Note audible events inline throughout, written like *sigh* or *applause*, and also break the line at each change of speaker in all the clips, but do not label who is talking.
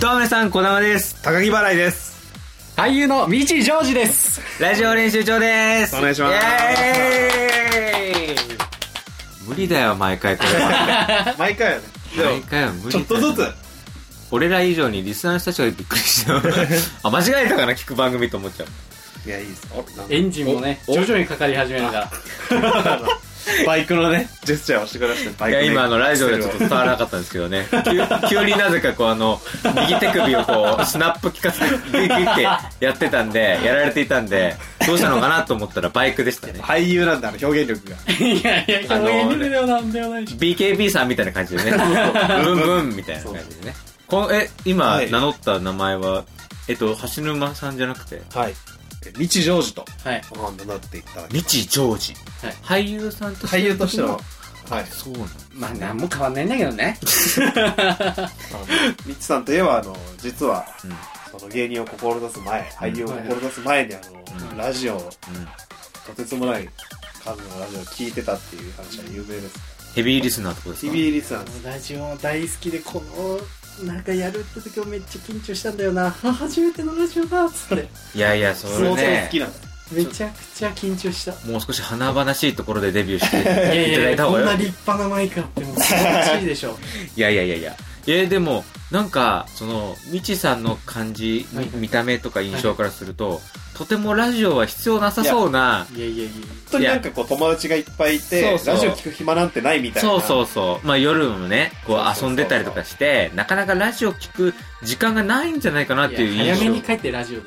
山村さん、小玉です。
高木払いです。
俳優の道ジョージです。
ラジオ練習長です。
お願いします
イエーイ無理だよ、毎回これ
*laughs*
は。
毎回やね。で
毎
も、
回は無理だ
ちょ
よ
っとずつ。
俺ら以上にリスナーの人たちがびっくりした。
*laughs*
あ、間違えたかな、聞く番組と思っちゃう。
いや、いいです。
エンジンもね、
お
徐々にかかり始めながら。バイクのね。
ジェスチャーをしてください。バ
い
イク
や、
で
今、あの、ラジオではちょっと伝わらなかったんですけどね。急 *laughs* 急になぜか、こう、あの、右手首をこう、スナップ効かせて、 *laughs* ギュッギュッってやってたんで、やられていたんで、どうしたのかなと思ったらバイクでしたね。
俳優なんだ、あの表現力が。
いやいや、
あの
表現力ではなんでもないし。
BKB さんみたいな感じでね、ブンブンみたいな感じでね。こんえ、今、
はい
名乗った名前は、えっと、橋沼さんじゃなくて、
はい。日常時と、
はい。
名乗っていただき。
日ジョージ。俳優さんとして
俳優としての、はい。
そうなんです
まあ、なんも変わんないんだけどね。
あのミッチさんといえば、あの、実は、その芸人を志す前、俳優を志す前に、あの、ラジオを、
うん
とてつもない数のラジオを聞いてたっていう話は有名です。
ヘビーリスナーってことですか
TV リスナーです。
ラジオ大好きで、この、なんかやるって時もめっちゃ緊張したんだよな。あ初めてのラジオだっつって。
いやいや、そ
相
れ
当好
ね
き、なんだ。
めちゃくちゃ緊張した。い
もう少し華々しいところでデビューしていた
や
だいた方
こん
が
ない
い。
立派なマイクあっても素晴らしいでしょ。
いやいやいやいや。えー、でも、なんか、その、みちさんの感じ、み
はいはい
見た目とか印象からすると、とてもラジオは必要なさそうな、
いやいやいや。
本当になんかこう友達がいっぱいいて
そうそう
ラジオ聞く暇なんてないみたいな
そうそうそう。まあ夜もね、こ
そうそう
う
そう
遊んでたりとかして、なかなかラジオ聞く時間がないんじゃないかなっていう
いや
印
早
象
めに。帰ってラジオで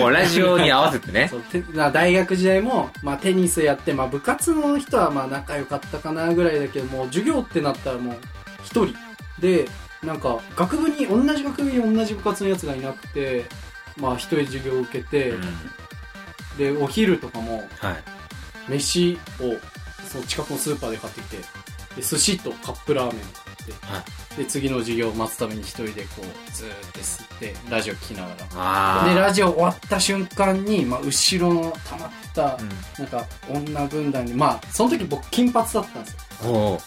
もうラジオに合わせてね
*laughs* そ。うてな大学時代も、まあ、テニスやって、まあ、部活の人はまあ仲良かったかなぐらいだけどもう授業ってなったらもう一人でなんか学部に同じ学部に同じ部活のやつがいなくて、まあ、一人授業を受けて、
うん
でお昼とかも
はい。
飯をその近くのスーパーで買ってきてで寿司とカップラーメンを買って、
は
で次の授業を待つために一人でこうずーっと吸ってラジオ聞きながら。で
あ
ラジオ終わった瞬間に、まあ、後ろの溜まった
あ。うん
なんか女軍団にまあその時僕金髪だったんですよ
お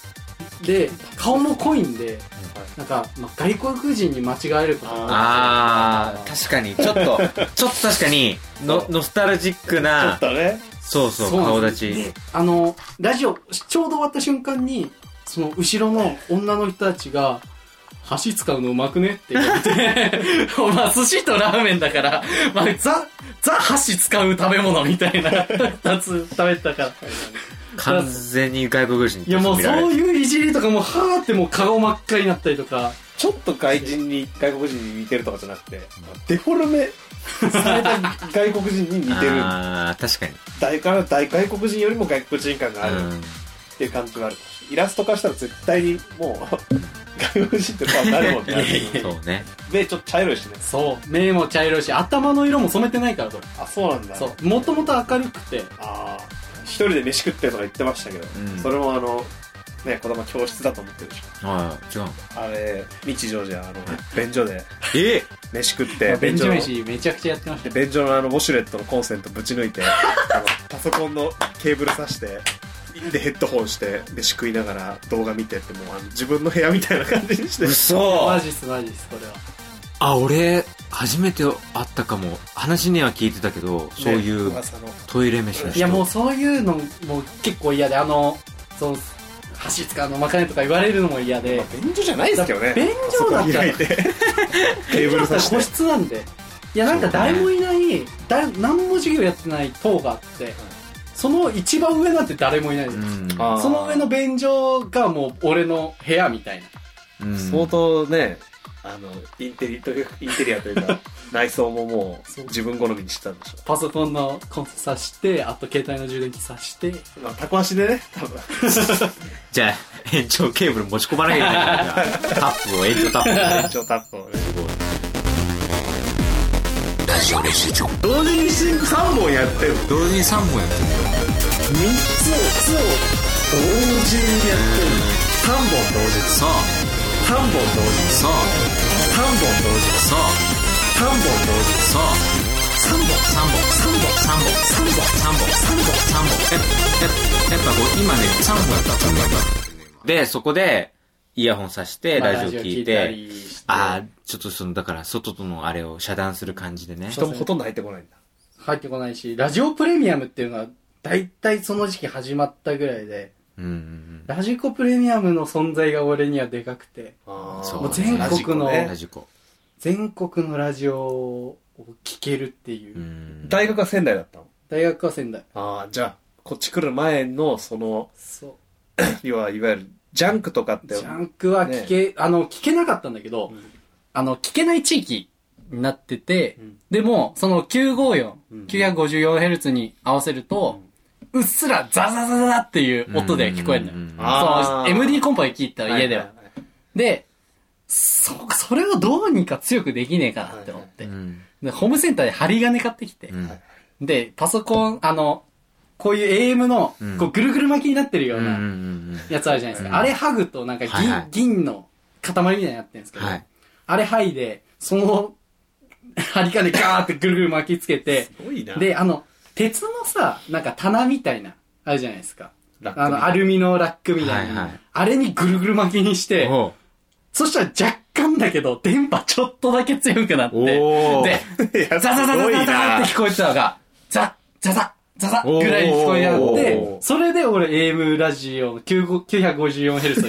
う
で顔も濃いんで、なんか、まあ、外国人に間違えることも
ああ、
るんです
確かに、ちょっと、
*laughs*
ちょっと確かに、のノスタルジック
ちょっ
な、
とね
そうそう、
よ
顔立
そうなん
ち。
ですであのラジオちょうど終わった瞬間にその後ろの女の人たちが箸使うのうまくねって言って
*laughs*
お前寿司とラーメンだから、まあ、ザザ箸使う食べ物みたいな2つ食べたから
完全に外国人と
いやもう
見られ
そう
る
いういじりとかもうはーってもう顔真っ赤になったりとか
ちょっと外人に外国人に似てるとかじゃなくてデフォルメされた外国人に似てる
ああ、確かに。
大から大外国人よりも外国人感がある
うん
っていう感覚があるイラスト化したら絶対にもう外国人って顔になるもん
*laughs*
ね
そうね。
目ちょっと茶色いしね
そう目も茶色いし頭の色も染めてないからこれ
あそうなんだ
そうもともと明るくて
ああ一人で飯食ってるとか言ってましたけど、
うん
それもあのね子供教室だと思ってるでしょ
はい、
*laughs*
違うの。
あれ日常じゃあの便所で
え
飯食って
ベン
便所
チ
の
飯めちゃくちゃやってまし
で便所のあのウォシュレットのコンセントぶち
*laughs*
抜いてあのパソコンのケーブル挿してでヘッドホンして飯食いながら動画見てってもうあの自分の部屋みたいな感じにして
た
嘘
マジっすマジっすこれは
あ、俺、初めて会ったかも。話には聞いてたけど、そういう
噂の
トイレ飯の人。
いやもうそういうのも結構嫌であのその箸使うのまかねとか言われるのも嫌で
まあ便所じゃないですけどね
便所だっ
パソコン
たら
開い
*laughs*
てケーブル挿
個
して
室なんでいやなんか誰もいないだ何も授業やってない棟があってその一番上なんて誰もいないんです
う
よ
ん。
あー
その上の便所がもう俺の部屋みたいな。
うん
相当ねあのインテリというインテリアという
*laughs*
か内装ももう
そう
自分好みにしてたんでしょ
パソコンのコンソさして、あと携帯の充電器さして、
う、まあ、タコ足でね多分
じゃあ、延長ケーブル持ち込まなきゃいけないから。タップを、延長タップをね。
延長タップをね
同時に3同時に3本やってる
3本やってる3つを同時にやってる3本同時
さあ
3本同時
さあ
3本同時
さあ
3本同時
さあ3本3本3本3本3本3本3本やっぱやっぱこう今ね3本やった3本やったでそこでイヤホンさして
まあ
ラジオ聞いて
たりして
ああちょっとその、だから、外とのあれを遮断する感じでね。
人もほとんど入ってこないんだ。
入ってこないし、ラジオプレミアムっていうのは、だいたいその時期始まったぐらいで、
うんうん
ラジコプレミアムの存在が俺にはでかくて、
あー
そう
もう全国の
う
ラ
ん。ラ
ジ
ジコ。
全国のラジオを聴けるっていう。
うん
コ。大学は仙台だったの
大学は仙台。
ああ、じゃあ、こっち来る前の、その、 *coughs*
そう。
要は、いわゆる、ジャンクとかって。
ジャンクは聞け、あの、聞けなかったんだけど、
うん
あの、聞けない地域になってて、
うん
でも、その954、
うん
954Hz に合わせると、うっすらザザザザザっていう音で聞こえるのよ。
うんうんうんうん
あ
そう、
ー
MD コンパで聞いた
い
家では。
いい
で、そ、それをどうにか強くできねえかなって思って。
うん。
でホームセンターで針金買ってきて、
うん
で、パソコン、あの、こういう AM の
うん、
こうぐるぐる巻きになってるよう
うんうんう
な、
ん
やつあるじゃないですか。
うん
あれ剥ぐとなんか銀,、
はいはい
銀の塊みたいになってるんですけど、
はい。
あれ剥いで、その針金ガーってぐるぐる巻きつけて、
すごいな。
で、あの、鉄のさ、なんか棚みたいな、あるじゃないですか。
ラックみた
あ
いな
の、アルミのラックみたいな、
はいはい
あれにぐるぐる巻きにして、
お
そしたら若干だけど、電波ちょっとだけ強くなって、
おー
*laughs*
で、
い *laughs* や
ザザザザザ
すごい
ザ
な
って聞こえてたのが、ザザザザザぐらいに聞こえなっ
お
て、
ー
それで俺 AM ラジオ 954Hz を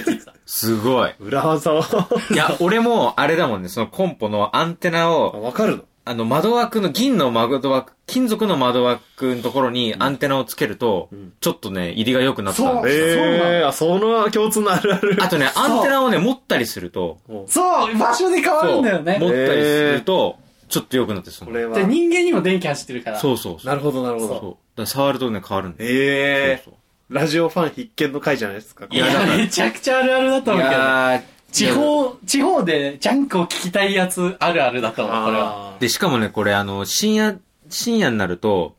聞い
*laughs*
てた。
すごい。
裏技を。
いや、俺も、あれだもんね、そのコンポのアンテナ
*laughs* あ
を、
わかるの
あの、窓枠の、銀の窓枠、金属の窓枠のところにアンテナをつけると、ちょっとね、入りが良くなったん
そう
で
な
えー、あ、その共通のあるある。
あとね、
そう
アンテナをね、持ったりすると、
もう
そう場所で変わ
そ
る
うん
だ
持
よ
ったり
ね。
すると、ちょっと良くなって、そ
こ
の。
れは
で、。人間にも電気走ってるから。
そうそうそう。
なるほど、なるほ
そう。だ
ど。
から触るとね、変わるんだよ。
ええ
そう
ラジオファン必見の回じゃないですか。
いや
いやだから
めちゃくちゃあるあるだ
そ
と
う
思うけど。
ー
地方、地方でジャンクを聞きたいやつあるあるだと思う、これは。
あー
で、しかもね、これ、あの、深夜、深夜になると、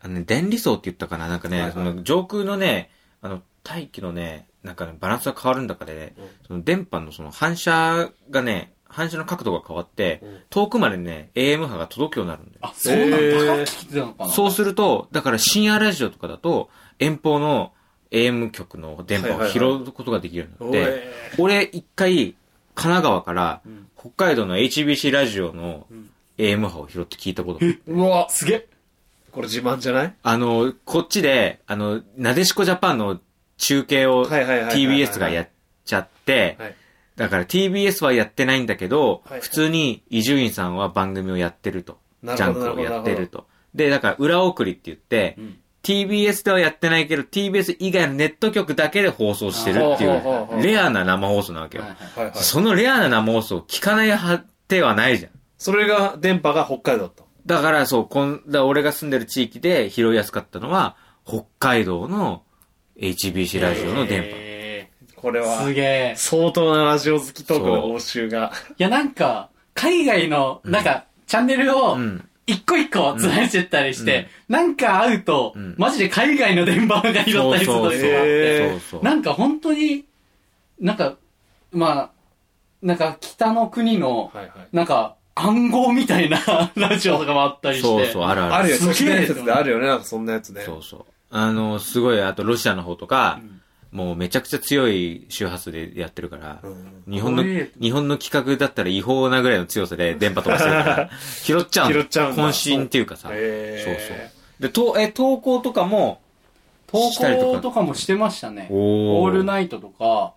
あのね、電離層って言ったかななんかね、
はいはい
その上空のね、あの、大気のね、なんかね、バランスが変わるんだからね、
うん
その電波のその反射がね、反射の角度が変わって、
うん
遠くまでね、AM 波が届くようになるんだよ。
あ、そうなんだ。
へー
だから聞いてたのかな。
そうすると、だから深夜ラジオとかだと、遠方の AM 局の電波を拾うことができるようになって、
はいはいはい
俺一回、神奈川から、北海道の HBC ラジオの AM 波を拾って聞いたことがある
うわ、すげえ。
これ自慢じゃない
あの、こっちで、あの、なでしこジャパンの中継を
はいはいはいはいはい
TBS がやっちゃって、
はい。
だから TBS はやってないんだけど、
はいはい
普通に伊集院さんは番組をやってると。ジ
なる
ャ
ほ
ン
ど
クをやってると。で、だから裏送りって言って、
うん
TBS ではやってないけど、TBS 以外のネット局だけで放送してるってい
あほうほうほうほ
う、
う
レアな生放送なわけよ。
はいはい
はいはい。
そのレアな生放送を聞かないはてはないじゃん。
それが電波が北海道だった。
だからそう、こんだ俺が住んでる地域で拾いやすかったのは、北海道の HBC ラジオの電波。
へ
これ
ー
は
す、げえ。
相当なラジオ好きトークの応酬が。
いや、なんか、海外の、なんか、チャンネルを
うん、
一個一個ずらしてったりして、なんか会うと
うん、
マジで海外の電波が拾ったりする
そう
時
そうそう。
があって、
へー
そうそう。
なんか本当に、なんか、まあ、なんか北の国の、
はいはい。
なんか暗号みたいな *laughs* ラジオとかもあったりして。
そうそう、あるある。
あるよ、
すげえ
都市伝説であるよね、なんかそんなやつね。
そうそう。あの、すごい、あとロシアの方とか、もうめちゃくちゃ強い周波数でやってるから、
うん
日本の、
これ
日本の企画だったら違法なぐらいの強さで電波飛ばしてるから、拾っちゃうんだ。
拾っちゃうんだ
渾身っていうかさ。
そうへー
そうそう。で、と、え、投稿とかも、
投
したりと
稿
か
とかもしてましたね。
おー
オールナイトとか、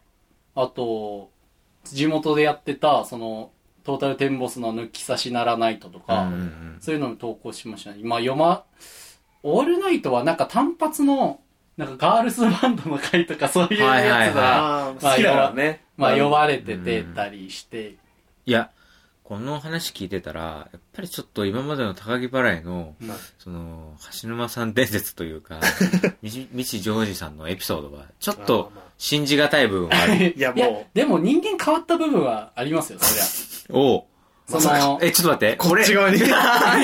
あと、地元でやってた、その、トータルテンボスの抜き差しならないととか、
うんうんうん
そういうのも投稿しましたね。まあ、読ま、オールナイトはなんか単発の、なんかガールズバンドの回とかそういう
はいはいは
や
い
つが、
あー好きだからね。
まあ、呼ばれててたりして、
いや、この話聞いてたら、やっぱりちょっと今までの高木払いの、
うん
その、橋沼さん伝説というか、みちみちジョージさんのエピソードは、ちょっと
まあまあ
信じがたい部分があ
*laughs*
る。
いや
いや
もう、
でも人間変わった部分はありますよ、
*laughs*
そりゃ。
おう
その、
え、ちょっと待って、これ、
違 *laughs* うに。
いや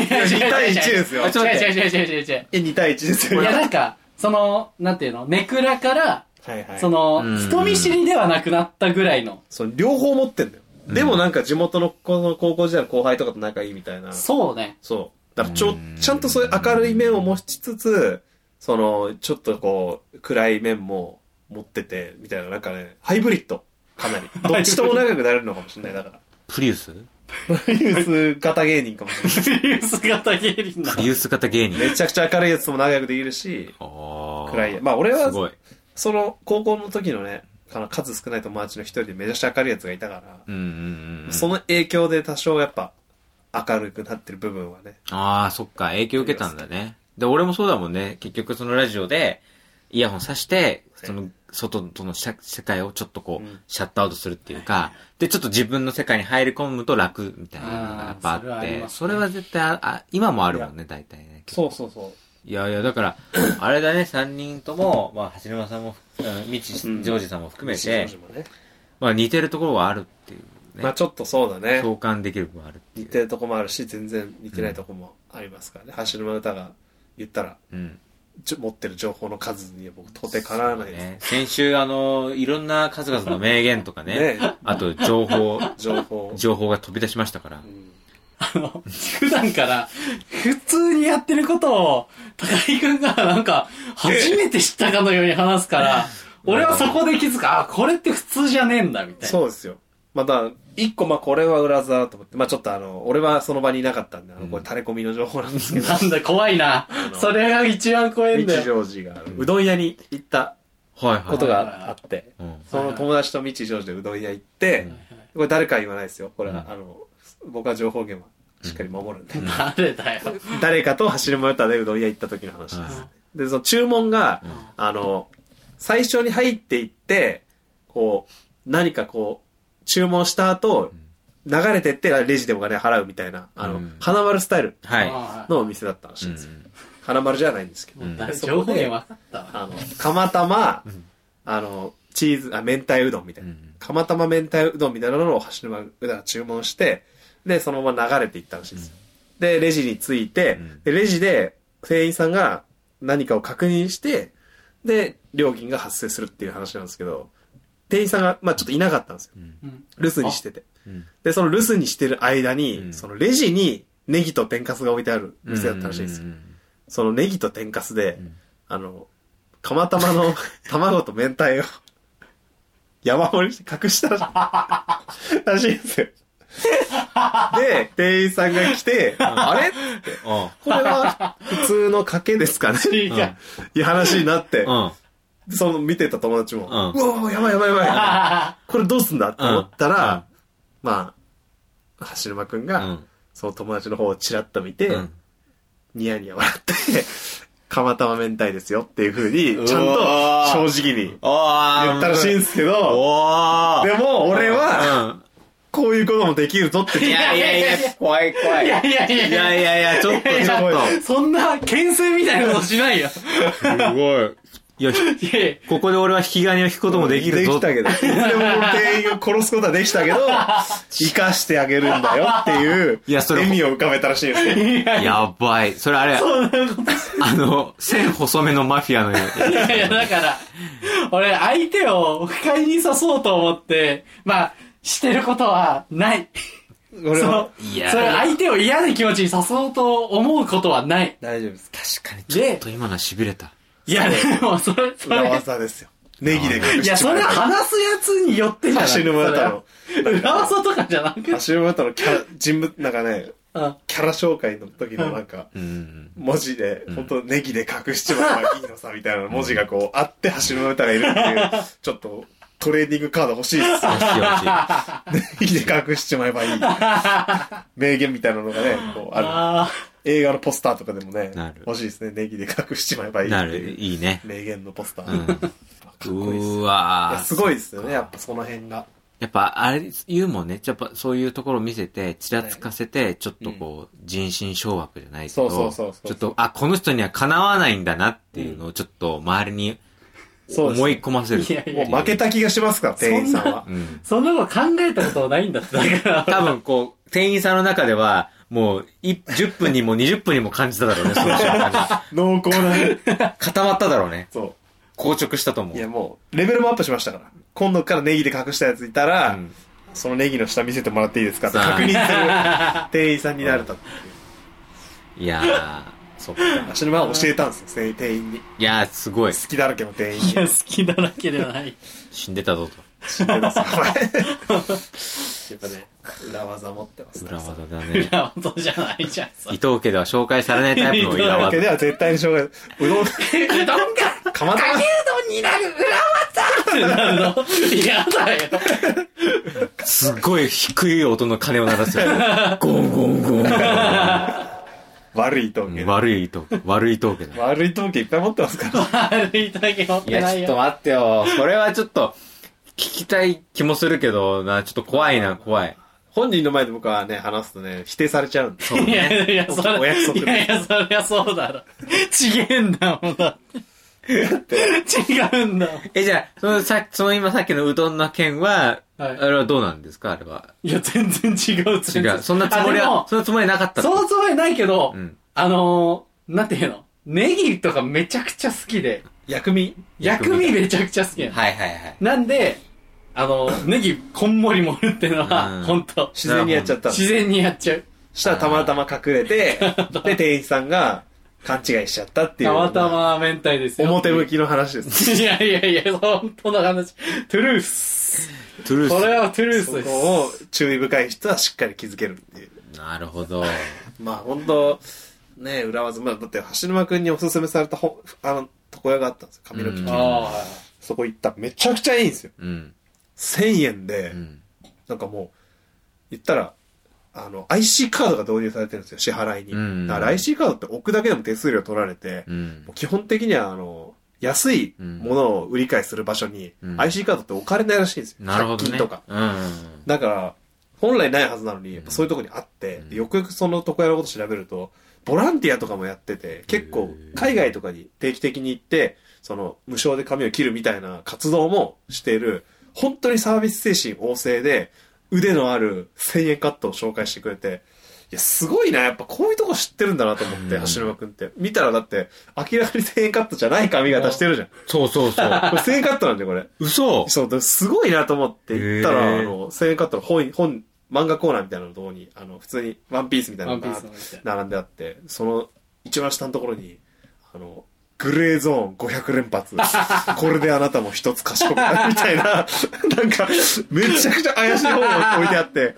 2対1ですよ
あ。ちょっと待って
違う違う違う違う違う違う。
え、2対1ですよ。
いや、
は
なんか、その、なんていうの、ネクラから、
いはい。
その
う、ん
人見知りではなくなったぐらいの。
その両方持ってんだよ。でもなんか地元のこの高校時代の後輩とかと仲いいみたいな。
そうね。
そう。だからちょ
うん、
ちゃんとそういう明るい面を持ちつつ、その、ちょっとこう、暗い面も持ってて、 *laughs* みたいな、なんかね、ハイブリッド。かなり。どっちとも仲良くなれるのかもしれない、だから。
プリウス
ユース型芸人かもしれな
姿芸人な。
ユース型芸人。
*laughs* い。めちゃくちゃ明るいやつとも仲良くできるし、
暗
暗いや。まあ俺
す
は、
ごい。
その高校の時のね、あの数少ない友達の一人でめちゃくちゃ明るいやつがいたから、
うんうんうん。
その影響で多少やっぱ明るくなってる部分はね。
ああ、そっか、影響受けたんだね。で、俺もそうだもんね。結局そのラジオで、イヤホンさして、その、外との社世界をちょっとこう、
うん
シャットアウトするっていうか、で、ちょっと自分の世界に入り込むと楽みたいなのがやっぱあって、
あーそれはありますね
それは絶対ああ、今もあるもんね、大体ね。
そうそうそ
いやいや、だ *clears throat* から、あれだね、3人とも、まあ、橋沼さんも、うんみち、ジ
うん
ョージさんも含
う。
めて、
西島もね
まあ、似てるところはあるっていうね。
まあちょっとそうだね。
共感できる部分はあるってい
似
う。
てるとこもあるし、全然似てないとこもありますからね。橋沼歌が言ったら、
うん。
ちょ持ってる情報の数には僕到底かなわないです。
ね、先週、あの、いろんな数々の名言とかね、
ね
*laughs* あと、情報、
情報。
情報が飛び出しましたから。
あの、普段から、普通にやってることを、高井くんがなんか、初めて知ったかのように話すから、俺はそこで気づく、あ、これって普通じゃねえんだ、みたいな。
そうですよ。また、一個、まあこれは裏技だと思って、まあちょっとあの、俺はその場にいなかったんで、あの、これ垂れ込みの情報なんですけど、
なんだ、怖いな。それが一番怖いんだ
道
よ。
上寺が、うどん屋に行った
はいは
こ
い
と。があって、
うん
その友達と道上寺でうどん屋行って、これ誰かは言わないですよ。これは、
うん
あの、僕は情報源はしっかり守るんで。
誰だよ。
誰かと走るもよたでうどん屋行った時の話です。
は
で、その注文が、
うん
あの、最初に入っていって、こう、何かこう、注文した後、流れてってレジでお金払うみたいな、あの、
うん
花丸スタイル
はい。
ああ
のお店だったらしいんですよ。
う
花丸じゃないんですけど。
うん
だ
でそ
情
こ
報
で
源分かったわ。
あの、釜玉、
ん
あの、チーズ、あ、明太うどんみたいな。
うん
釜玉明太うどんみたいなのを橋沼うだが注文して、で、そのまま流れていったらしいですよ。で、レジに着いて、
うん
で、レジで店員さんが何かを確認して、で、料金が発生するっていう話なんですけど、店員さんが、まあちょっといなかったんですよ。
うん
留守にしてて。
ん。
で、その留守にしてる間に、
うん
そのレジにネギと天かすが置いてある
うん。
店だったらしいですよ。
うん
そのネギと天かすで、
ん
あの、釜
*laughs*
玉の卵と明太を山盛りにして隠したらしいらしいんです
*laughs*
よ。で、店員さんが来て、あれ
あ
これは普通の賭けですかね
違
う
う。
ん
あ
いう話になって、
うん。
その見てた友達も、う
うん
おーやばいやばいやば
あ
い、これどうすんだって思ったら、
うんうん
まあ、橋沼くん
う
が、
ん。
その友達の方をチラッと見て、
うん。
ニヤニヤ笑って、釜玉明太ですよっていう風に、ちゃん
うわー
と正直に
あ
言ったらしいんですけど、
おー
でも俺は、こういうこともできるぞって
うん。いやいやいや、怖い怖い。
い
いや
やいやいや
いやいや、ちょっとちょっ
怖い
と。
そんな、牽制みたいなことしないよ。
すごい。いや、ひ
いやい
ここで俺は引き金を引くこともできるぞ。
できたけど、いつでも店員を殺すことはできたけど、生かしてあげるんだよっていう、
いやそれ
笑みを浮かべたらしいんですよ。
やばい。それあれ、
や、そんなこと
あの、線細めのマフィアのよう
い
に。
やいや、だから、俺、相手を不快に誘そうと思って、まあ、してることはない。
俺
そ
は
の、
いや
それ相手を嫌な気持ちに誘おうと思うことはない。
大丈夫です。
確かに、ちょっと今のは痺れた。
いや、で *laughs* も、それ、そ
裏
れ、
技ですよ。ネギで隠して
いや、それは話すやつによってじゃない。
橋沼太郎
それは裏技とかじゃなくて。
橋沼太郎キャラ、人物、なんかね、
うん
キャラ紹介の時のなんか、
うん。
文字で、本当ネギで隠しちまえばいいのさ、みたいな文字がこう、あって、橋の歌がいるっ
*laughs*
ていう、ちょっと、トレーニングカード欲しいです。
よしよし。
ネギで隠しちまえばいい。名言みたいなのがね、こう、ある。
あ
映画のポスターとかでもね
なる、
欲しいですね。ネギで隠しちまえばいい。
なる、。いいね。
名言のポスター。
うん
かっこいいです
う
い
わ
や。
ー
すごいですよね、やっぱその辺が。
やっぱ、あれ、ユーモアね、やっぱそういうところを見せて、ちらつかせて、ちょっとこう、人心掌握じゃないけど、
そうそうそうそう
ちょっと、あ、この人にはかなわないんだなっていうのを、ちょっと周りに思い込ませる。
いやい
も
や
う負けた気がしますから、店員さんは
う。ん。
そんなこと考えたこと *laughs* ないんだって。だから、
多分こう、店員さんの中では、もう、い10分にも20分にも感じただろうね、その瞬間
*laughs* 濃厚なね。
に。固まっただろうね。
そう。
硬直したと思う。
いやもう、レベルもアップしましたから。今度からネギで隠したやついたら、
うん
そのネギの下見せてもらっていいですかって
さあ
確認する店員さんになれた。
いやー、そっか。
足沼は教えたんですよ、店員に。
いやー、すごい。
好きだらけの店員
いや、
に。
好きだらけではない。
死んでたぞと。
知ってます。やっぱね、裏技持ってます。
裏技だね。
裏技じゃないじゃん、そ
伊藤家では紹介されないタイプ
*laughs*
の裏
わけ
技。
では絶対にしょうがない。うどん、
れ。うどんが、
かまた
かけうどんになる裏技ってなるの嫌だよ。
すっごい低い音の鐘を鳴らすよ。ゴンゴンゴンゴ
ま、悪い統計
ン。。悪い伊藤家。悪い伊藤家だ。
悪い統計いっぱい持ってますから。
悪いだけ持っ
い
て
や、
な
ち
い
ょっと
よ。
待ってよ。それはちょっと、聞きたい気もするけどな、ちょっと怖いな、怖い。
本人の前で僕はね、話すとね、否定されちゃうんで。
そう
い
ね。
*laughs* やいや、そ
お
れ、
約
い
束
やいや、そりゃそうだろ。違えんだもんだって。違うんだもん。
え、じゃあ、そのさ、その今さっきのうどんの件は、
はい
あれはどうなんですかあれは。
いや、全然違う、
違
全然
う。そんなつもり
あで
は
も、
そんなつもりなかったの
そうつもりないけど、
うん
あのー、なんていうのネギとかめちゃくちゃ好きで、
薬味
薬味
薬味めちゃくちゃ好きなの。
はいはいはい。
なんで、あのー、ネギこんもり盛るっての
う
は、
ん
ほんと、
自然にやっちゃったんです
自然にやっちゃう。
したらたまたま隠れ *laughs* て、で、店員さんが勘違いしちゃったっていう。
たまたま明太ですよ。
表向きの話です。
いやいやいや、本当の話。トゥルース。
トゥル
これ
ー
はトゥルー
そ
スです。
こを注意深い人はしっかり気づけるっていう。
ス。なるほど。
まあ本当ね裏技、まあだって橋沼くんにおすすめされたほあの、床屋があったんですよ。髪の毛
うん
切り。
あ
そこ行った。めちゃくちゃいいんですよ。
うん。
1000円で、
うん。
なんかもう、言ったら、あの、IC カードが導入されてるんですよ、支払いに。
うん
だから IC カードって置くだけでも手数料取られて、
うん
もう。基本的には、あの、安いものを売り買いする場所に、
うん
IC カードって置かれないらしいんですよ。
なるほど
100
ね。
均とか。
うんうん
だから、本来ないはずなのに、やっぱそういうとこにあって、
うん
でよくよくその床屋のこと調べると、ボランティアとかもやってて、結構
へー
海外とかに定期的に行って、その無償で髪を切るみたいな活動もしている、本当にサービス精神旺盛で、腕のある1000円カットを紹介してくれて、いや、すごいな、やっぱこういうとこ知ってるんだなと思って、
うん
橋沼くんって。見たらだって、明らかに1000円カットじゃない髪型してるじゃん。
そうそう
*laughs*
そう。
これ1000円カットなんだよ、これ。
嘘
そう、ですごいなと思って行ったら、
へー
あの、1000円買ったら本、本、漫画コーナーみたいなのとこに、あの、普通にワンピースみた
あ。
いな
ワ
の
ンピー
が
スのみたいな。
並んであって、その一番下のところに、あの、グレーゾーン500連
*laughs*
発。これであなたも一つ賢くなるみたいな、 *laughs* なんか、めちゃくちゃ怪しい本が置いてあって、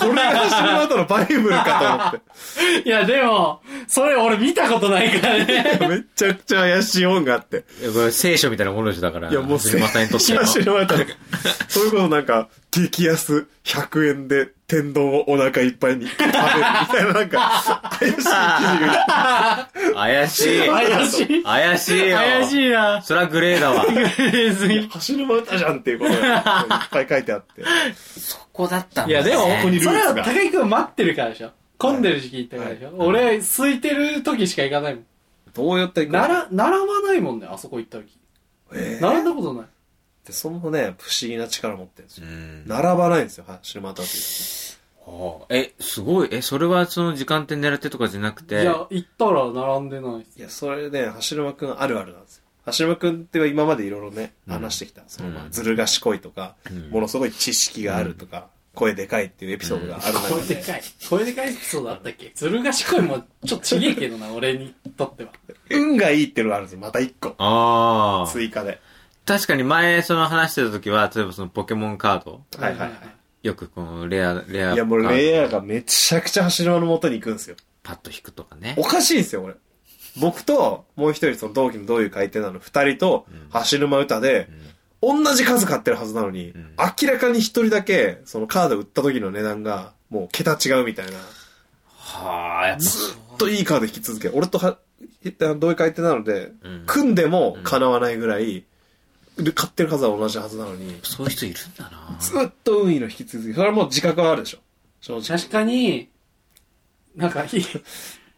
これが死ぬ後のバイブルかと思っ
いや、でも、それ俺見たことないからね。
て、めちゃくちゃ怪しい本があって、
いやこれ聖書みたいなものでしょ、だから。
いや、もう、
すみません、とっては。
知らなかったそういうことなんか、激安、100円で天丼をお腹いっぱいに食べるみたいな、なんか、怪しい記事が。
怪しい。
怪しい。
怪しいよ。
怪しいな。
そりゃグレーだわ。
別に
走るま歌じゃんっていうことがいっぱい書いてあって。
ここだったん
いや、でも、
こにルーツ
そ
が
れは高井くん待ってるからでしょ。混んでる時期行ったからでしょ。俺、空いてる時しか行かないもん。
どうやって
なら、並ばないもんね、あそこ行った時。
えー、
並んだことない。
でそのね、不思議な力持ってるんです
う
よ。
ん。
並ばないんですよ、走るま歌って。
ほうえ、すごい。え、それはその時間って狙ってとかじゃなくて。
いや、行ったら並んでないっす
いや、それね、橋沼くんあるあるなんですよ。橋沼くんって今までいろいろね、
うん
話してきた。その、ま
う
あ、
ん
ずる賢いとか、
うん
ものすごい知識があるとか、声でかいっていうエピソードがある中で、
声でかい。声でかいエピソードあったっけずる賢いもちょっとちげえけどな、俺にとっては。
*laughs* 運がいいっていうのがあるんですよ、また一個。
ああ。
追加で。
確かに前、その話してた時は、例えばそのポケモンカード。
はいはいは
よくこのレア、レア。
い。いや、もうレ
ア。
アがめちゃくちゃ橋沼の元に行くんですよ。
パッと引くとかね
お。かしいんですよ、これ。僕と、もう一人その同期のどういう回転なの、二人と、橋沼歌で、同じ数買ってるはずなのに、
ん
明らかに一人だけ、そのカード売った時の値段が、もう桁違うみたいな。
はあ、やっぱ。
ずっといいカード引き続け、俺とは、同意回転なので、
うん
組んでも叶わないぐらい、で買ってる数は同じはずなのに、
そういう人いるんだな。
ずっと運いいの引き続き、それはもう自覚はあるでしょ。正直。
確かに、なんか *laughs* いい。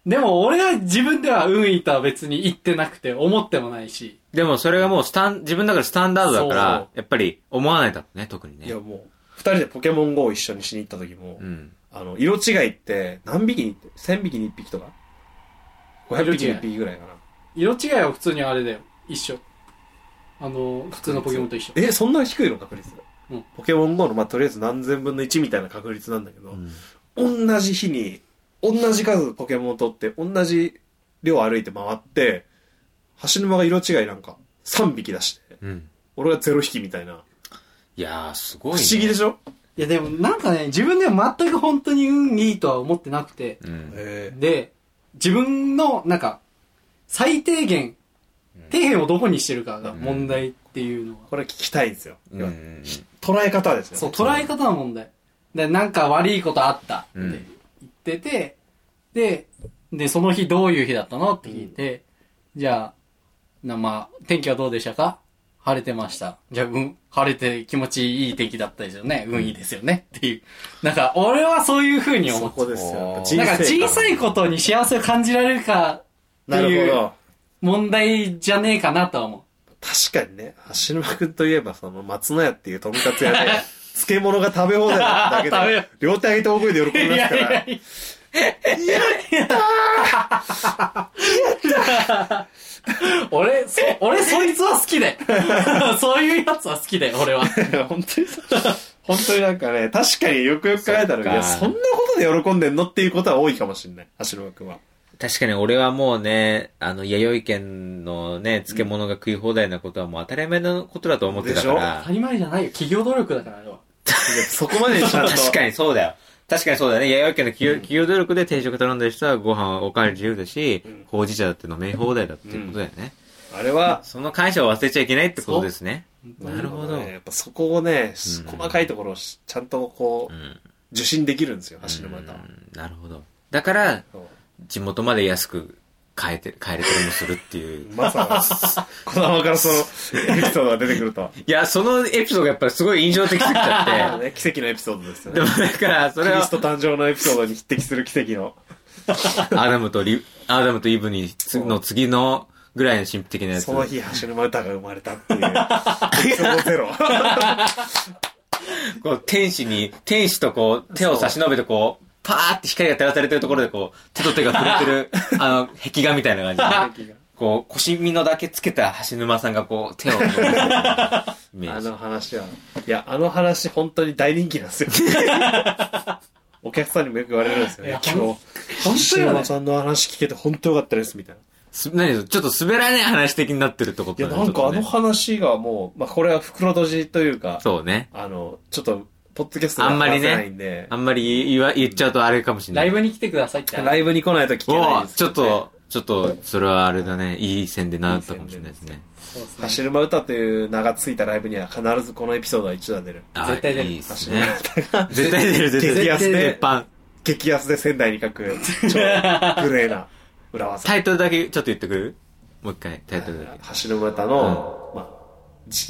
でも俺は自分では運いいとは別に言ってなくて、思ってもないし。
でもそれがもうスタン、自分だからスタンダードだか
そ
ら、やっぱり思わないだろうね、特にね。
いやもう、二人でポケモン GO を一緒にしに行った時も、
うん。
あの、色違いって何匹に、1000匹に1匹とか ?500 匹に1
色
匹ぐらいかな。
色違いは普通にあれだよ。一緒。あの、普通のポケモンと一緒。
え、そんな低いの確率。
うん
ポケモン GO の、まあ、とりあえず何千分の1みたいな確率なんだけど、
うん
同じ日に、同じ数ポケモンを取って、同じ量歩いて回って、橋沼が色違いなんか3匹出して、
うん。
俺が0匹みたいな。
いやー、すごい、
不思議でしょ
いやでもなんかね、自分では全く本当に運いいとは思ってなくて、
うん。
で、自分のなんか、最低限、底辺をどこにしてるかが問題っていうのは。
これ聞きたいんですよ。
うんうん
捉え方ですよ。
そう、捉え方の問題。で、なんか悪いことあったって言ってて、で、で、その日どういう日だったのって聞いて、じゃあ、な、まあ、天気はどうでしたか晴れてました。じゃあ、うん、晴れて気持ちいい天気だったですよね。運いいですよね。っていう。なんか、俺はそういう風に思
そ
って
こですよ。
人
なんか小
い。
さいことに幸せを感じられるかって
なる
い
ほ
う
ど。
問題じゃねえかなとは思
確かにね、橋沼くんといえば、その、松野屋っていうとんかつ屋で、漬物が食べ放題だけ
食べよ
で、両手上げて大声で喜
う。
びますから、
いや俺、そ、俺、そいつは好きで。 *laughs* そういうやつは好きで、俺は。
本当にそう、本当になんかね、確かによくよく考えたら、
そっ
い
か
や、そんなことで喜んでんのっていうことは多いかもしれない、橋沼くんは。
確かに俺はもうね、あの、弥生県のね、漬物が食い放題なことはもう当たり前のことだと思ってたか
当
ら
た。り前じゃないよ。企業努力だから、あれは。
そこまでちゃんと。
*laughs* 確かにそうだよ。確かにそうだよね。弥生県の企業,、企業努力で定食頼んでる人はご飯はおかわり自由だし、ほうじ茶だって飲め放題だっていうことだよね。
あれは、
その感謝を忘れちゃいけないってことですね。
そう
なるほど。
ねやっぱそこをね、
うん
細かいところをしちゃんとこう、
ん
受信できるんですよ、橋沼くんは。
うんなるほど。だから、
そう
地元まで安く帰えて、帰れたりもするっていう。
まさか、小玉からそのエピソードが出てくるとは。
*laughs* いや、そのエピソードがやっぱりすごい印象的すぎちゃっ
ね奇跡のエピソードですよ
て。 *laughs* で
ね
も。だから、そ
キ
れ
リ
は
ス、ト誕生のエピソードに匹敵する奇跡の。
アダムとリ、アダムとイブにつ
そう
の次のぐらいの神秘的なやつ。
その日、橋沼歌が生まれた *laughs* っていう。エピソードゼロ。
こう、天使に、天使とこう、手を差し伸べてこう、パーって光が照らされてるところでこう、手と手が触れてる、 *laughs* あの、壁画みたいな感 *laughs* じで。こう、腰みのだけつけた橋沼さんがこう、手を *laughs* 伸べてるイメー
あ
ジ。
の話は。いや、あの話本当に大人気な
*laughs*
んですよ。お客さんにもよく言われるんですよ
い
ね
や。
今
ほん
日、
本当
橋
よね
沼さんの話聞けて本当よかったです、みたいな。
す何ちょっと滑らない話的になってるってこ
い
と
や、
だね
なん
ちょ
かあ
っと
の
ね
話がもう、まあこれは袋閉じというか、
そうね。
あの、ちょっと、ポッドキャストでは話せないんで、
あんまり言わ言っちゃうとあれかもしれな
ラ
い。
イブに来てくださいって。
ライブに来ないと聞けない
おう
んです
ち
け
ょっ
どね
と、ちょっと、それはあれだね。いい線でなったかもしれないですね。
そうですね
走る馬歌という名がついたライブには必ずこのエピソードは一度は出る。
あ
絶対出る
いいですね。絶対出る、絶対出る。
激安
鉄
で、
板。
激安で仙台に書く、超グレーな裏技。
タイトルだけちょっと言ってくれるもう一回、タイトルだけ。
走る馬歌の、まあ、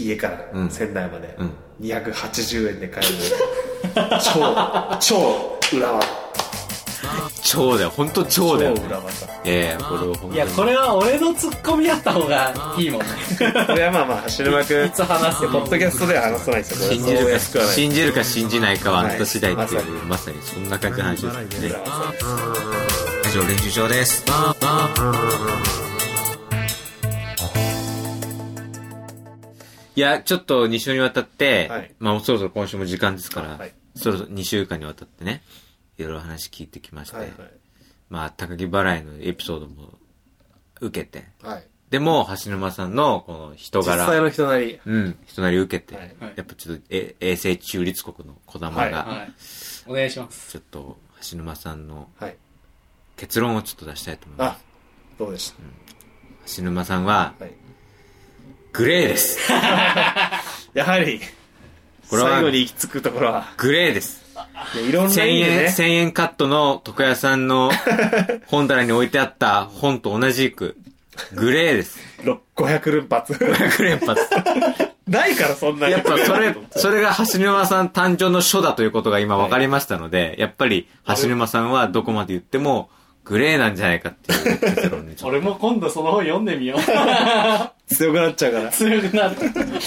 家から仙台まで
うん
280円で買える、超、超裏技。
超だよ。ほんと超だよね
超。裏技。
いやいや、これをほんとに。
いや、これは俺のツッコミやった方がいいもんね。
これはまあまあ、走る馬くん、
いつ話して
ポ
も
ッ。ドキャストでは話さないですよ。これ
信じる
そう
か
安くはない。
信じるか信じないかはあなた次第って
はい
いう、まさにそんな感じの話ですね
裏。技です
以上、練習場です。いや、ちょっと2週にわたって、
はい
まあそろそろ今週も時間ですから、
はい
そろそろ2週間にわたってね、いろいろ話聞いてきまして、
はい
まあ高木払いのエピソードも受けて、
はい。はい。
でも橋沼さんのこの人
実際
柄、
の人なり。
うん、人なり受けて、
はい
やっぱちょっとえ衛星中立国の児玉が、
はい
はい。お願いします。
ちょっと橋沼さんの
はい。
結論をちょっと出したいと思いま
あ、どうでし
す。橋沼さんは
たはい。
グレーです。
*laughs* やはり、
これは
最後に行き着くところは、
グレーです。
いやいろんな
1000
意味で
円、
ね、
1000円カットの床屋さん
*laughs*
の本棚に置いてあった本と同じく、グレーです。
ろ500連発。
*laughs* 500連発。
ないからそんなに。
やっぱそ
*laughs*
れ、それが橋沼さん誕生の書だということが今分かりましたので、やっぱり橋沼さんはどこまで言っても、グレーなんじゃないかっていう結論にちょっ
俺も今度その本読んでみよう。
強くなっちゃうから。
*laughs* 強くなる。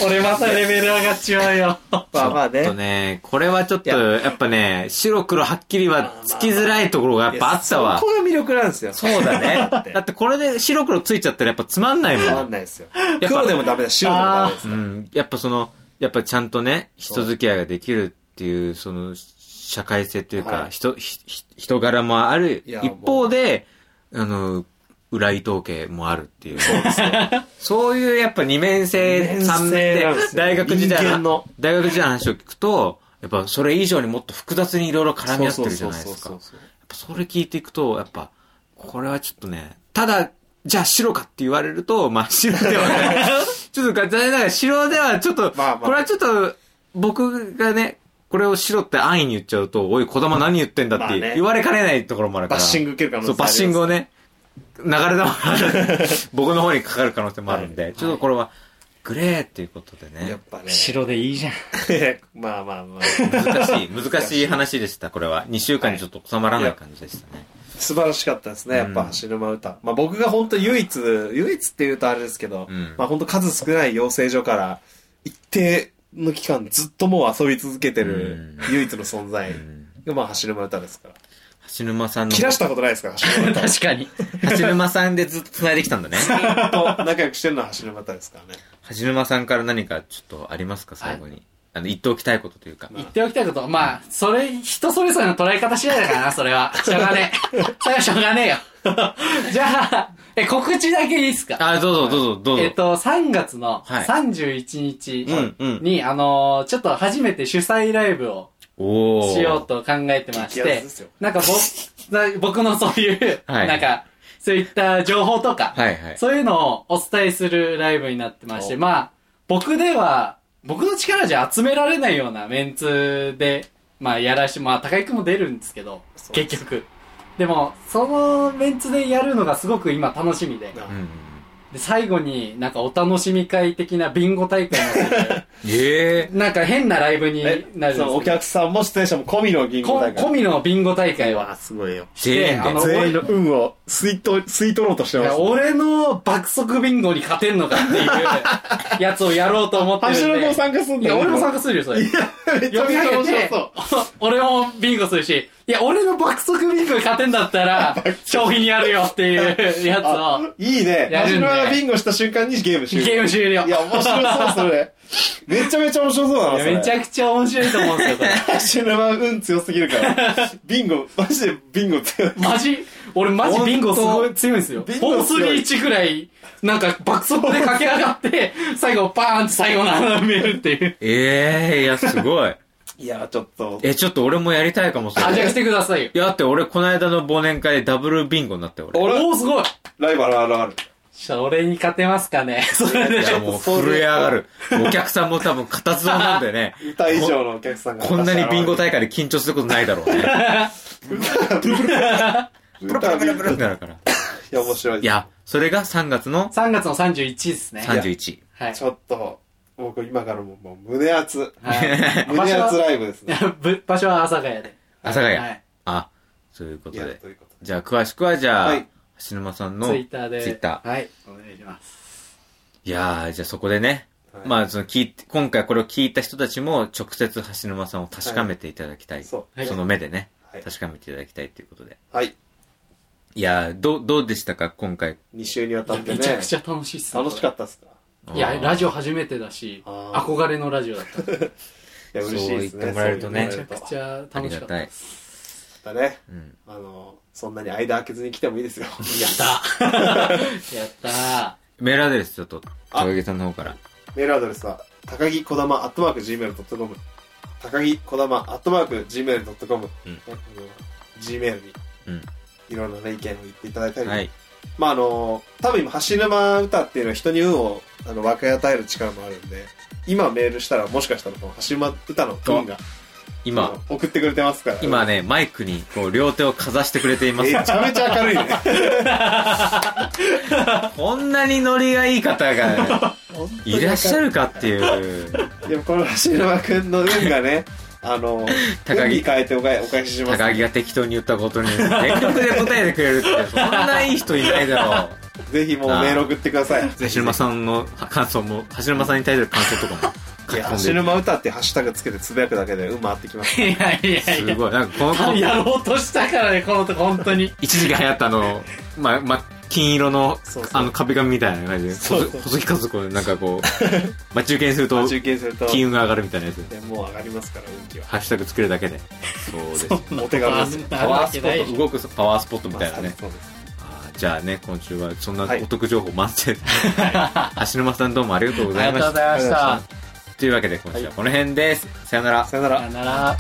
俺またレベル上がっちまうよ。
まあまあ
と。ちょっと
ね。
ね、これはちょっと、やっぱね、白黒はっきりはつきづらいところがやっぱあった
いや
わ
そ。こが魅力なんですよ。
そうだね。*laughs*
て
だってこれで白黒ついちゃったらやっぱつまんないもん。
わかんないですよ。
ぱ
黒でもダメだし、白でもダメです
う
よ。
ん、やっぱその、やっぱちゃんとね、人付き合いができるっていう、その、社会性というか、
はい
人、ひひ人柄もある
いや
一方で、あの、裏伊藤家もあるっていう。 *laughs* そういうやっぱ二面性、三面
二面性なんで
性、
すよ
大学時代
人間の
大学時代の話を聞くと、やっぱそれ以上にもっと複雑にいろいろ絡み合ってるじゃないですか。やっぱそれ聞いていくと、やっぱ、これはちょっとね、ただ、じゃあ白かって言われると、まあ白では
*laughs*
ない。ちょっと残念ながら白ではちょっと、
まあまあ
これはちょっと、僕がね、これを白って安易に言っちゃうと、おい、子供何言ってんだっ
まあ
て
ね
言われかねないところもあるから。
バッシング受ける可能性
そう、バッシングをね、流れ玉
*laughs*
僕の方にかかる可能性もあるんで、
は
ちょっとこれは、グレーっていうことで
やっ
ね、
ぱね。
白でいいじゃん。
*laughs* まあまあまあ。
難しい、難しい話でした、これは。2週間にちょっと収まらない感じでしたね。
素晴らしかったですね、やっ
う
ぱ、
ん
走る馬歌。まあ僕が本当唯一、唯一って言うとあれですけど、
うん
まあ本当数少ない養成所から、一定の期間ずっともう遊び続けてる、唯一の存在が、まあ走る馬歌ですから。
橋沼さんの。
切らしたことないですから、走る馬歌。
確かに。
橋沼さんでずっと繋いできたんだね。
本当仲良くしてるのは走る馬歌ですからね。
橋沼さんから何かちょっとありますか、最後に。あの、言っておきたいことというか。
言っておきたいこと、まあ、それ、人それぞれの捉え方次第だからな、それは。しょうがねえ。それはしょうがねえよ。じゃあ、え、告知だけいいっすか
あ、どうぞ、どうぞ、どうぞ。
えっと、3月の
はい
31日に、
うんうん
あのーちょっと初めて主催ライブを
おー。
しようと考えてまし
激
て
アツですよ、
なんか僕、な *laughs* 僕のそういう、
はい
なんか、そういった情報とか、
はいはい。
そういうのをお伝えするライブになってまして、
お
まあ、僕では、僕の力じゃ集められないようなメンツで、まあ、やらして、まあ、高井くんも出るんですけど
そ、うです
結局。でも、そのメンツでやるのがすごく今楽しみで、
な
うんうんうん。
で最後になんかお楽しみ会的なビンゴ大会もする
え
*laughs*
え
なんか変なライブになる
え
んですけ
その
ど
お客さんも出演者も込みの銀行
こ
だから。
込みのビンゴ大会は
あ、すごいよ。
全員
あ
で
の。
全員の運を吸いと吸い取ろうとして
い
ま
や
す、ね。
俺の爆速ビンゴに勝てんのかっていうやつをやろうと思って
*laughs*
るん
走る馬も
で。
参加すん
い
だ
や、
よ。
俺も参加するよ、それ。
めちゃ
読
め
み
ちゃ
上
面
げ
白
て
そう。、
俺もビンゴするし、いや、俺の爆速ビンゴに勝てんだったら、商品にやるよっていうやつを、
いいね。
や
マ
る
ジ
んで
ロがビンゴした瞬間にゲーム終了。
ゲーム終了。
いや、面白そう、それ。めちゃめちゃ面白そうだな、それ。
めちゃくちゃ面白いと思うんですよ、これ。
シルバー運強すぎるから。ビンゴ、マジでビンゴ強い。
マジ俺マジビンゴすごい強いんですよ。
ビン
4
ゴ
ス
強い
リー1ぐらい、なんか爆速で駆け上がって、最後バーンって最後の穴埋めるっていう。
ええいや、すごい。 *laughs*
いや、ちょっと。
え、ちょっと俺もやりたいかもしれ
あ、
な
じゃあ
い。
来てくださいよ
い。や、だって俺、この間の忘年会でダブルビンゴになったよ、俺。
俺
おおすごい
ライバルある
それに勝てますかねそれで
いや、もう震え上がる。お客さんも多分、片唾なんで
*laughs*
ね。
歌以上のお客さんが。
こんなにビンゴ。大会で緊張することないだろうね。
歌ビンゴ。い
なるから。
や、面白い。
い、や、それが3月の
3月の31ですね。
31。
はい
ち。ょっと、僕今からもうもう胸熱。
はい場
胸
所
熱
は
ライブですね。
ぶ場所は阿佐ヶ谷で。
阿佐ヶ
は
谷
い。
あ、そういうこ
い
と
や、
で
と。いうこと
じゃあ、詳しくは、じゃ
は
あ
い、
橋沼さんの
ツイッターで。
ツイッター。
はい。お願いします。
いやー、じゃあそこでね、
はい
まあ、その聞いて、今回これを聞いた人たちも、直接橋沼さんを確かめていただきたい。
いそう
はい
その目でね、
はい
確かめていただきたいということで。
で。はい。
いやー、どう、どうでしたか、今回。
2週にわたってね
め。ちゃくちゃ楽しいっすね
楽しかったっすか
いや、ラジオ初めてだし、
あー
憧れのラジオだった。
いや、嬉しいですね。
そう言ってもらえるとね
そ
め
う
ちゃ
言っ
く
てもらえると
ちゃ
あり
楽
が
しかった
たい
で。す。
だね。
うん。
あの、そんなに間開けずに来てもいいですよ。 *laughs*
やったーやったー
メールアドレスちょっと、高木さんの方から。
メールアドレスは、高木こだま、アットマーク、gmail.com。高木こだま、アットマーク、gmail.com。
うん
ねあの gmail に、
うん
いろんなね、意見を言っていただいたり。
はい。
まあ、あの、多分今、走る間歌っていうのは人に運を、あの、分け与える力もあるんで、今メールしたら、もしかしたら、この走る間歌の運が、
今、
あの送ってくれてますから。
今ね、マイクに、こう、両手をかざしてくれていま
め
す
ち。ゃめちゃ明るいね。
こんなにノリがいい方 *laughs* が、いらっしゃるかっていう。
でもこの走る間くんの運がね、あの、
高木
運に変えてお返お返しします。
高木が適当に言ったことに、全力で答えてくれるって、そんないい人いないだろう。 *laughs*
ぜひもうメール送ってください。
橋沼さんの感想も、橋沼さんに対する感想とかも書
い
き
や、
込
走
んで
る間歌ってハッシュタグつけてつぶやくだけで、うん、回ってきます。
いやいやい
る。す
や。
ごい。なんかこの子、
やろうとしたからね、このとこ、本当に。
一時期流行ったあの、ま、ま、金色の
そう、そう
あの壁紙みたいな感じで、
そうそう
細木和子でなんかこう、 *laughs* 待ち受けにすると、
中継すると、
金運が上がるみたいなやつ。
でもう上がりますから、運気
*laughs*
は。
ハッシュタグ作るだけで。そうです。
お手軽ですよ。
*laughs* パワースポット、動くパワースポットみたいなね。
そうです
あじゃあね、今週はそんな
はい
お得情報満 *laughs* 載。橋沼さんどうもありがとうございました。
ざいました
というわけで今週はこの辺です。さよなら。
さよなら
さよなら。